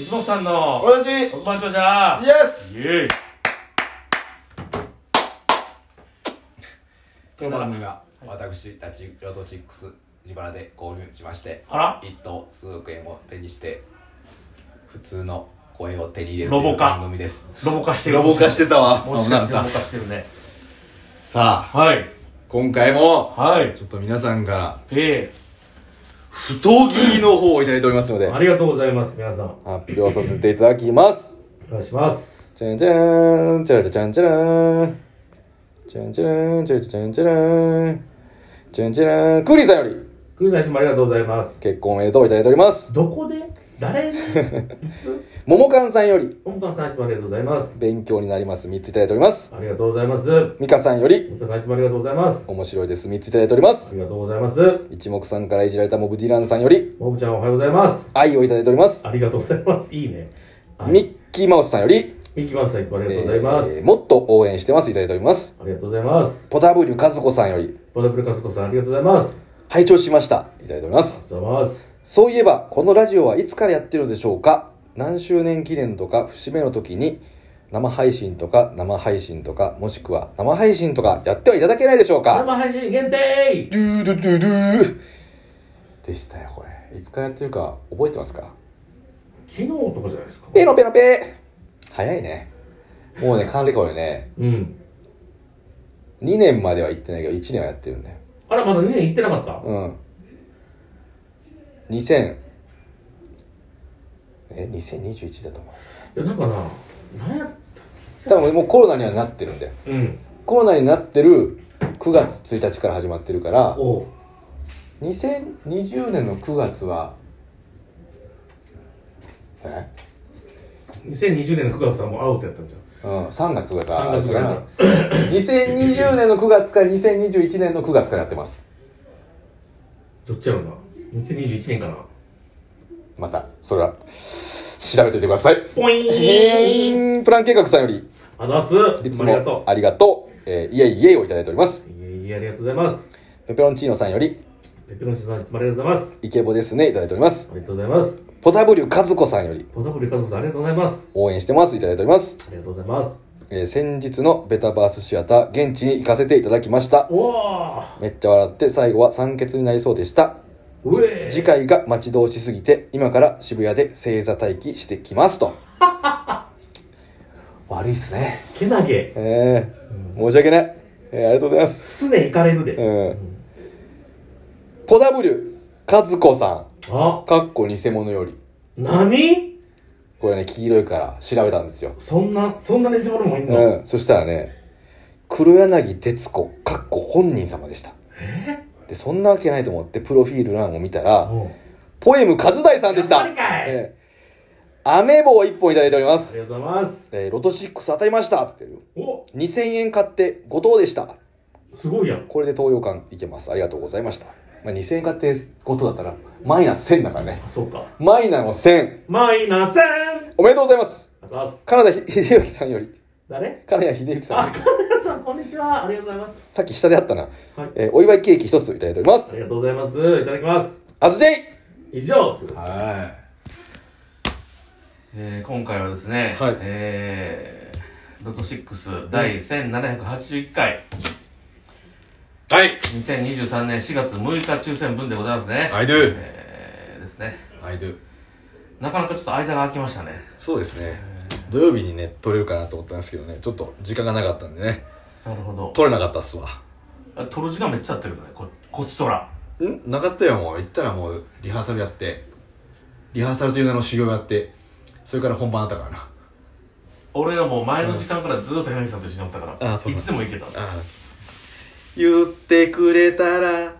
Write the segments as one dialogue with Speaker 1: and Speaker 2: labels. Speaker 1: 一目さんの
Speaker 2: 俺たちイ
Speaker 1: 黒板長者ゃ
Speaker 2: エス
Speaker 1: イエーイ
Speaker 3: この番組は私たちロト6自腹で購入しまして
Speaker 1: あら
Speaker 3: 一等数億円を手にして普通の声を手に入れる
Speaker 1: ロボ
Speaker 3: という
Speaker 1: 化
Speaker 3: 番組です
Speaker 1: ロボ化してる
Speaker 2: ロボ化してたわ
Speaker 1: もしかして
Speaker 2: 危な
Speaker 1: ロボ
Speaker 2: かっ
Speaker 1: 化してるね
Speaker 2: たさあ
Speaker 1: はい
Speaker 2: 今回も
Speaker 1: はい
Speaker 2: ちょっと皆さんから
Speaker 1: え
Speaker 2: 不当義の方をいただいておりますので
Speaker 1: えありがとうございます皆さんお
Speaker 2: 発表させていただきます
Speaker 1: 願いします
Speaker 2: チャンチャラーンチャラチャランチャラーンチャンチャラーンチャラチャランチャラーンチャンチャラーンクリーさんより
Speaker 1: クリさんいつもありがとうございます
Speaker 2: 結婚おめでとういただいております
Speaker 1: どこで誰にいつ
Speaker 2: ももかんさんより
Speaker 1: 本館さんいつもありがとうございます
Speaker 2: 勉強になります3ついただいております
Speaker 1: ありがとうございます
Speaker 2: みかさんより
Speaker 1: 本館さんいつもありがとうございます
Speaker 2: 面白いです3ついただいておりま
Speaker 1: あ
Speaker 2: す
Speaker 1: りがとうございます
Speaker 2: 一目さんからいじられたモブディランさんより
Speaker 1: もぶちゃんおはようございます
Speaker 2: 愛をいただいております
Speaker 1: ありがとうございますいいねはい
Speaker 2: ミッキーマウスさんより
Speaker 1: ミッキーマウスさんいつもありがとうございます、
Speaker 2: えーもっと応援してますいただいております
Speaker 1: ありがとうございます
Speaker 2: ポタブリュカズコさんより
Speaker 1: ボダブルカスコさんありがとうございます
Speaker 2: 拝聴しましたいただいております
Speaker 1: ありがとうございます
Speaker 2: そういえば、このラジオはいつからやってるのでしょうか何周年記念とか、節目の時に、生配信とか、生配信とか、もしくは生配信とか、やってはいただけないでしょうか
Speaker 1: 生配信限定
Speaker 2: ドゥードゥドゥドゥでしたよ、これ。いつからやってるか、覚えてますか
Speaker 1: 昨日とかじゃないですか
Speaker 2: ペロペロペー早いね。もうね、管理これね、
Speaker 1: うん
Speaker 2: 2年までは行ってないけど、1年はやってるんだよ。
Speaker 1: あらまだ2年行ってなかった
Speaker 2: うん。2000、え、2021だと思う。
Speaker 1: いやなんかななんや
Speaker 2: 多分もうコロナにはなってるんだよ。
Speaker 1: うん
Speaker 2: コロナになってる9月1日から始まってるから
Speaker 1: おう
Speaker 2: 2020年の9月はえ、
Speaker 1: 2020年の9月さんもアウトやったんじゃ
Speaker 2: うん、3月ぐらいから
Speaker 1: 3月ぐらい
Speaker 2: あれですから2020年の9月から2021年の9月からやってます
Speaker 1: んどっちやろうな2021年かな
Speaker 2: またそれは調べておいてください
Speaker 1: ポイーン
Speaker 2: えープラン計画さんより
Speaker 1: あざっす
Speaker 2: い
Speaker 1: いつ
Speaker 2: つ
Speaker 1: もありがと
Speaker 2: もありがとう、えー、いえいえをいただいております
Speaker 1: ういえいえありがとうございます
Speaker 2: ペペロンチーノさんより
Speaker 1: ペペロンチさんいつもありがとうございます
Speaker 2: イケボですねいただいております
Speaker 1: ありがとうございます
Speaker 2: ポタブリュカズコさんより
Speaker 1: ボダブルカスコさんありがとうございます
Speaker 2: 応援してますいただいております
Speaker 1: ありがとうございます
Speaker 2: えー先日のベタバースシアター現地に行かせていただきました
Speaker 1: おお
Speaker 2: めっちゃ笑って最後は酸欠になりそうでした
Speaker 1: うえ
Speaker 2: 次回が待ち遠しすぎて今から渋谷で正座待機してきます と悪いっすね
Speaker 1: けなげ
Speaker 2: えー、申し訳ない、えーありがとうございます
Speaker 1: すねいかれるで、
Speaker 2: うんポダブリュカズコさ
Speaker 1: あ
Speaker 2: んかっこ偽物より
Speaker 1: 何
Speaker 2: これね黄色いから調べたんですよ
Speaker 1: そんなそんな偽物もいんの、
Speaker 2: うん、そしたらね黒柳徹子かっこ本人様でしたでそんなわけないと思ってプロフィール欄を見たら
Speaker 1: うん
Speaker 2: ポエム和大さんでし
Speaker 1: やったぱりかい
Speaker 2: ええアメ棒を1本いただいておりま
Speaker 1: あ
Speaker 2: す、
Speaker 1: りがとうございます
Speaker 2: えーロト6当たりましたって言って
Speaker 1: お
Speaker 2: る2000円買って5等でした
Speaker 1: すごいやん
Speaker 2: これで東洋館行けますありがとうございました、まあ、2000円買って5等だったらマイナス1000だからね
Speaker 1: あそうか
Speaker 2: マイナの1000
Speaker 1: マイナセン
Speaker 2: おめでとうございます
Speaker 1: あざっす
Speaker 2: 金田秀幸さんより
Speaker 1: 誰
Speaker 2: 金谷秀幸さん
Speaker 1: あ
Speaker 2: より
Speaker 1: かなさんこんにちはありがとうございます
Speaker 2: さっき下であったな、
Speaker 1: はい
Speaker 2: えーお祝いケーキ一ついただいておりま
Speaker 1: あ
Speaker 2: す
Speaker 1: りがとうございますいただきます
Speaker 2: アズジェイ
Speaker 1: 以上
Speaker 3: はい
Speaker 1: えー、今回はですね、
Speaker 2: はい
Speaker 1: えー、ロト6第1781回、
Speaker 2: はい
Speaker 1: 2023年4月6日抽選分でございますね。
Speaker 2: I do
Speaker 1: えー、ですね。
Speaker 2: I do
Speaker 1: なかなかちょっと間が空きましたね。
Speaker 2: そうですね土曜日にね撮れるかなと思ったんですけどねちょっと時間がなかったんでね
Speaker 1: なるほど。
Speaker 2: 撮れなかったっすわ
Speaker 1: あ撮る時間めっちゃあってるよね、ここっちとら。
Speaker 2: んなかったよもう行ったらもうリハーサルやってリハーサルという名の修行やってそれから本番だったからな
Speaker 1: 俺はもう前の時間からずっと柳さんと一緒におったから、
Speaker 2: あーそう
Speaker 1: い
Speaker 2: だ
Speaker 1: つでも行けた。
Speaker 2: あ言ってくれたら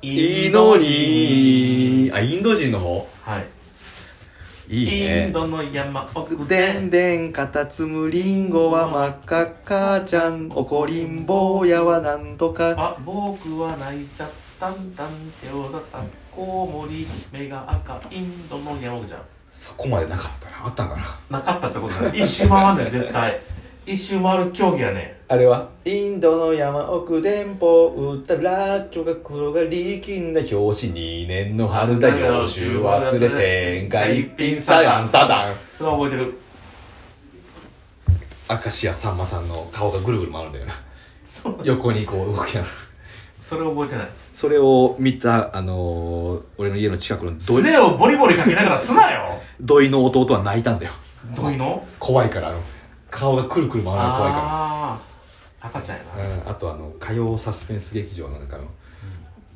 Speaker 2: いいのにあインド人の方
Speaker 1: はい。
Speaker 2: いい
Speaker 1: イン
Speaker 2: ね
Speaker 1: ドの山奥
Speaker 2: で
Speaker 1: で
Speaker 2: ん。でんカタツムリンゴは真っ赤っかちゃん怒りん坊やはなんとか
Speaker 1: あ、僕は泣いちゃったんだんておだった。コウモリ、目が赤、インドの山奥じゃん。
Speaker 2: そこまでなかったなあったんかな
Speaker 1: なかったってことだね。一周回んねん、絶対。一周回る競技やね。
Speaker 2: あれはインドの山奥電報打ったらっきょが黒が力んだ表紙2年の春だよ集忘れてんか一品サザンサザン
Speaker 1: それは覚えてる
Speaker 2: 明石家さんまさんの顔がぐるぐる回るんだよな
Speaker 1: そう
Speaker 2: 横にこう動きながら
Speaker 1: それ覚えてない
Speaker 2: それを見た、あのー俺の家の近くの土
Speaker 1: ス
Speaker 2: 井
Speaker 1: ネをボリボリかけながらすな よ
Speaker 2: 土井の弟は泣いたんだよ
Speaker 1: どいの
Speaker 2: 怖いからあの顔がくるくる回るのが怖いから
Speaker 1: ああ赤ちゃんやな
Speaker 2: うんあとあの火曜サスペンス劇場の中の、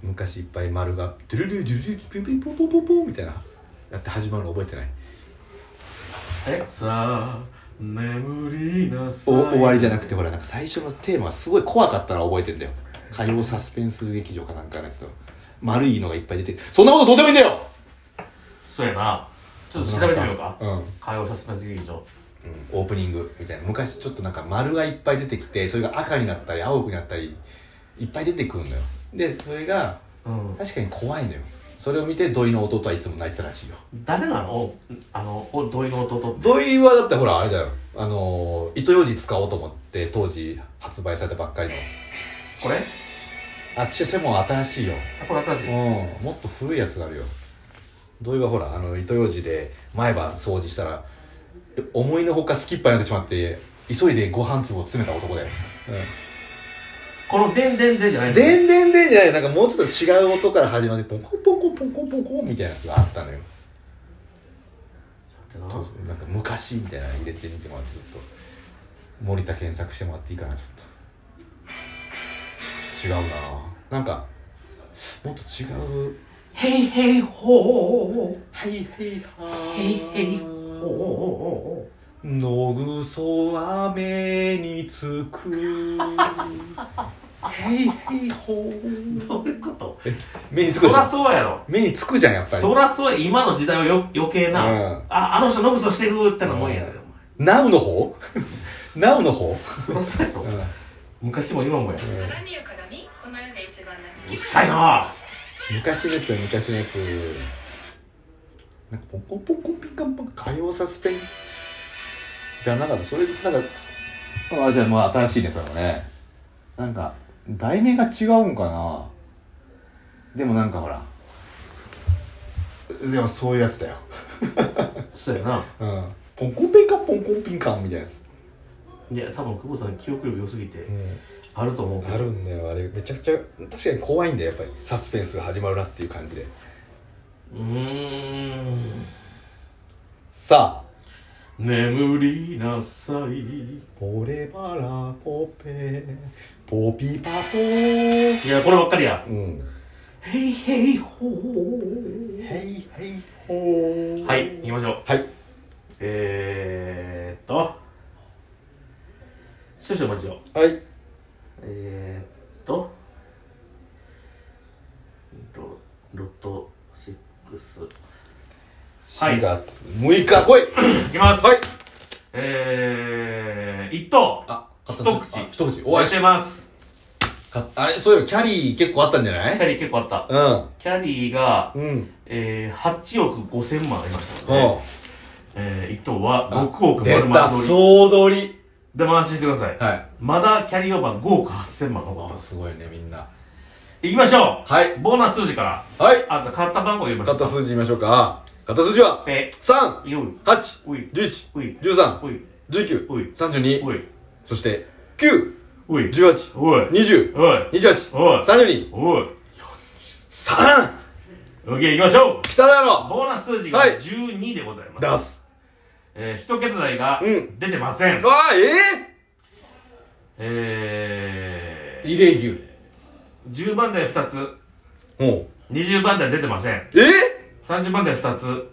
Speaker 2: 昔いっぱい丸が「ドゥルルドゥルルピンピンポンポンポンポン」みたいなやって始まるの覚えてない
Speaker 1: えさあ眠りなさ
Speaker 2: お
Speaker 1: い
Speaker 2: 終わりじゃなくてほらなんか最初のテーマがすごい怖かったら覚えてんだよ火曜サスペンス劇場かなんかのやつの丸いのがいっぱい出てそんなことどうでもいいんだよ
Speaker 1: そうやなちょっと調べてみようか
Speaker 2: うんうん
Speaker 1: 火曜サスペンス劇場
Speaker 2: オープニングみたいな昔ちょっとなんか丸がいっぱい出てきてそれが赤になったり青くなったりいっぱい出てくるんだよでそれが
Speaker 1: うん
Speaker 2: 確かに怖いのよそれを見て土井の弟はいつも泣いてたらしいよ
Speaker 1: 誰なのおあのおどいの弟って
Speaker 2: 土井はだってほらあれだよあのー糸ようじ使おうと思って当時発売されたばっかりの
Speaker 1: これ
Speaker 2: あっちせも新しいよ
Speaker 1: あこれ新し
Speaker 2: う
Speaker 1: い
Speaker 2: んもっと古いやつがあるよ土井はほらあの糸ようじで毎晩掃除したらえ思いのほかすきっぱになってしまって急いでご飯粒を詰めた男だよ、
Speaker 1: このでんでんでんじゃない
Speaker 2: うん、
Speaker 1: の
Speaker 2: でんでんでんじゃないなんかもうちょっと違う音から始まってポンコンポンコンポンコンポンコンみたいなやつがあったのよ
Speaker 1: ってな
Speaker 2: そうそうなんか昔みたいなの入れてみてもらってちょっと森田検索してもらっていいかなちょっと違うななんかもっと違う
Speaker 1: へいへいほうおうおう
Speaker 2: はいはいは
Speaker 1: へいへいおうおうおうおう
Speaker 2: のぐそは目につ くはいはいほう
Speaker 1: どういうこと
Speaker 2: 目につく
Speaker 1: そ
Speaker 2: でし
Speaker 1: ら
Speaker 2: ょ
Speaker 1: そうやろ
Speaker 2: 目につくじゃんやっぱり
Speaker 1: そらそうや今の時代はよ余計な、
Speaker 2: うん
Speaker 1: ああの人のぐそしてるってのもんやで、
Speaker 2: うん
Speaker 1: お前
Speaker 2: ナウの方 ナウの方、
Speaker 1: そらそうやろ
Speaker 2: うん
Speaker 1: 昔も今もや
Speaker 4: 鏡よ鏡この世で一番夏
Speaker 1: うるさいな
Speaker 2: 昔のやつだよ昔のやつなんかポンポンポンコンピンカンパン火曜サスペンじゃなかったそれなんかあじゃあまあ新しいねそれもねなんか題名が違うんかなでもなんかほらでもそういうやつだよ、
Speaker 1: そうやな
Speaker 2: うん、ポンコンピンカンポンコンピンカンみたいなやつ、
Speaker 1: いや多分久保さん記憶力良すぎて
Speaker 2: うん
Speaker 1: あると思うけど
Speaker 2: あるんだよあれめちゃくちゃ確かに怖いんだよやっぱりサスペンスが始まるなっていう感じで
Speaker 1: うーん
Speaker 2: さあ
Speaker 1: 眠りなさい
Speaker 2: ポレバラポペポピパポ
Speaker 1: いやこればっかりや
Speaker 2: うん
Speaker 1: へいへいほう
Speaker 2: ヘイヘイホー
Speaker 1: はい行きましょう
Speaker 2: はい
Speaker 1: えーっと少々お待ちを
Speaker 2: はい
Speaker 1: えー、っと、ロロト6。はい
Speaker 2: 4月6日来い
Speaker 1: いきます、
Speaker 2: はい
Speaker 1: えー、一等
Speaker 2: あ
Speaker 1: 一口
Speaker 2: あ一口
Speaker 1: や
Speaker 2: お会い
Speaker 1: っ
Speaker 2: して
Speaker 1: ます
Speaker 2: かあれそういえばキャリー結構あったんじゃな
Speaker 1: キャ
Speaker 2: い
Speaker 1: リー結構あった。
Speaker 2: うん
Speaker 1: キャリーが、
Speaker 2: うん
Speaker 1: えー、8億5千万ありましたので、
Speaker 2: おう
Speaker 1: えー、一等は
Speaker 2: あ
Speaker 1: 6億
Speaker 2: 出
Speaker 1: 丸々
Speaker 2: た
Speaker 1: 取り。
Speaker 2: 総取り
Speaker 1: でも安心してください。
Speaker 2: はい
Speaker 1: まだキャリーオーバー5億8千万残って
Speaker 2: あ
Speaker 1: ます。
Speaker 2: すごいねみんない
Speaker 1: きましょう
Speaker 2: はい
Speaker 1: ボーナス数字から、
Speaker 2: はい
Speaker 1: あ、買った番号言いましょう
Speaker 2: 買っ
Speaker 1: か。
Speaker 2: た数字見ましょうか買った数字は
Speaker 1: ペ、
Speaker 2: 3
Speaker 1: よい、
Speaker 2: 8
Speaker 1: うい、
Speaker 2: 11
Speaker 1: うい、
Speaker 2: 13
Speaker 1: うい、
Speaker 2: 19
Speaker 1: うい、
Speaker 2: 32
Speaker 1: うい、
Speaker 2: そして9
Speaker 1: うい、
Speaker 2: 18
Speaker 1: おい、
Speaker 2: 20
Speaker 1: おい、
Speaker 2: 28
Speaker 1: おい、
Speaker 2: 三十二
Speaker 1: おい、
Speaker 2: 三
Speaker 1: オッケー行きましょう
Speaker 2: 来ただろ
Speaker 1: ボーナス数字が
Speaker 2: はい
Speaker 1: 12でございます。
Speaker 2: 出す
Speaker 1: えー、一桁台が
Speaker 2: うん
Speaker 1: 出てません。
Speaker 2: うわあえ
Speaker 1: え
Speaker 2: え
Speaker 1: ー、
Speaker 2: レギュ
Speaker 1: 10番台2つ、
Speaker 2: も
Speaker 1: 20番台出てません。
Speaker 2: うえ
Speaker 1: 30番台2つ、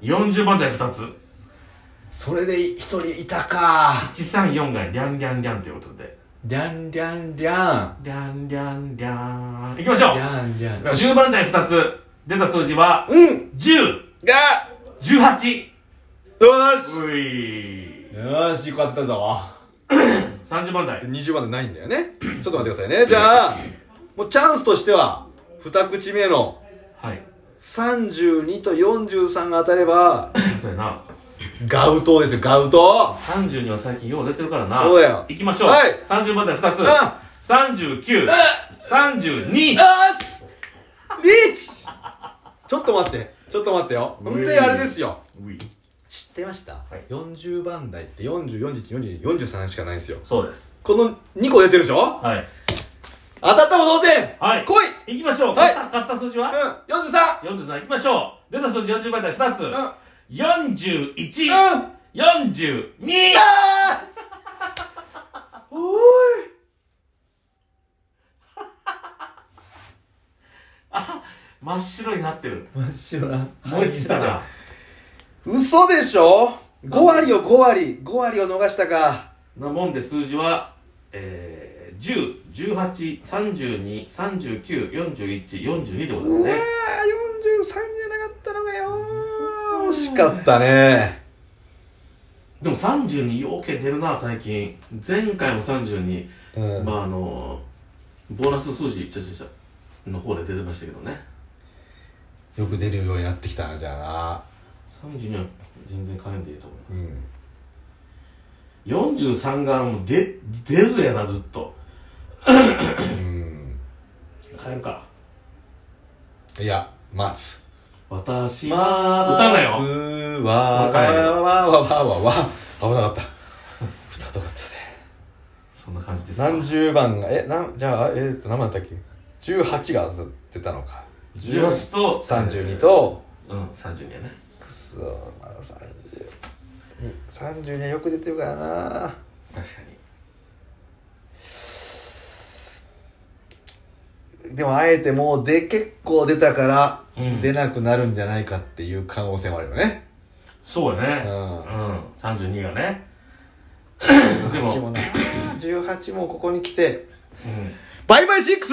Speaker 1: 40番台2つ、
Speaker 2: それで一人いたか
Speaker 1: 134がリャンリャンリャンということで、
Speaker 2: りゃんりゃんりゃん
Speaker 1: リャンリャンリャン。行きましょう
Speaker 2: ゃんりゃん
Speaker 1: !10 番台2つ、出た数字は、
Speaker 2: うん
Speaker 1: 10、
Speaker 2: が
Speaker 1: 18。
Speaker 2: よし
Speaker 1: うい。
Speaker 2: よーし一個当てたぞ
Speaker 1: 30番台。
Speaker 2: 20番でないんだよねちょっと待ってくださいねじゃあもうチャンスとしては二口目の
Speaker 1: はい。
Speaker 2: 32と43が当たれば
Speaker 1: そうやな。
Speaker 2: ガウトですよガウト
Speaker 1: 30には最近よう出てるからな。
Speaker 2: そうだよ
Speaker 1: 行きましょう。
Speaker 2: はい
Speaker 1: 30番台2つ。
Speaker 2: あ
Speaker 1: 39、32。
Speaker 2: よしリーチちょっと待って、ちょっと待ってよ。本当にあれですよ。
Speaker 1: うい
Speaker 2: 知ってました、
Speaker 1: い
Speaker 2: 40番台って40414243しかないんですよ
Speaker 1: そうです
Speaker 2: この2個出てるでしょ
Speaker 1: はい
Speaker 2: 当たったも同然
Speaker 1: はい
Speaker 2: 来い
Speaker 1: 行きましょう
Speaker 2: は
Speaker 1: 買
Speaker 2: い
Speaker 1: った買った数字
Speaker 2: うん
Speaker 1: は
Speaker 2: 43!
Speaker 1: 43行きましょう出た数字40番台2つ
Speaker 2: うんうん
Speaker 1: 4142
Speaker 2: あーおーい
Speaker 1: 真っ白になってる
Speaker 2: 真っ白な
Speaker 1: 燃え尽きたな
Speaker 2: 嘘でしょ5割よ5割5割を逃したか
Speaker 1: なもんで数字は、えー、10、18、32、39、41、42でございます
Speaker 2: うわー43
Speaker 1: ね。
Speaker 2: じゃなかったのかよー惜しかったね
Speaker 1: でも32ようけ出るな、最近。前回も32、
Speaker 2: うん
Speaker 1: まああのボーナス数字、ちょちょちょ、の方で出てましたけどね。
Speaker 2: よく出るようになってきたなじゃあ
Speaker 1: 32は全然関係でいいと思い
Speaker 2: な
Speaker 1: ます。43がもう出、出ずやな、ずっと。
Speaker 2: うん、
Speaker 1: 変えるか。
Speaker 2: うん、いや待つ
Speaker 1: 私
Speaker 2: ま
Speaker 1: は、歌うなよ。
Speaker 2: わわ
Speaker 1: 歌えよ
Speaker 2: わわわわわわ危なかった歌うとかったぜ
Speaker 1: そんな感じですか。
Speaker 2: 何十番がえなんじゃあえー、っと何番だったっけ18が出たのか
Speaker 1: 18と、
Speaker 2: 32。と
Speaker 1: うん、32やね。
Speaker 2: くそまだ3032はよく出てるからな
Speaker 1: 確かに。
Speaker 2: でもあえてもうで結構出たから、
Speaker 1: うん
Speaker 2: 出なくなるんじゃないかっていう可能性もあるよね
Speaker 1: そうやね。
Speaker 2: う
Speaker 1: うんん。32がね。でも
Speaker 2: 18もな18もここに来て
Speaker 1: うん。
Speaker 2: バイバイシックス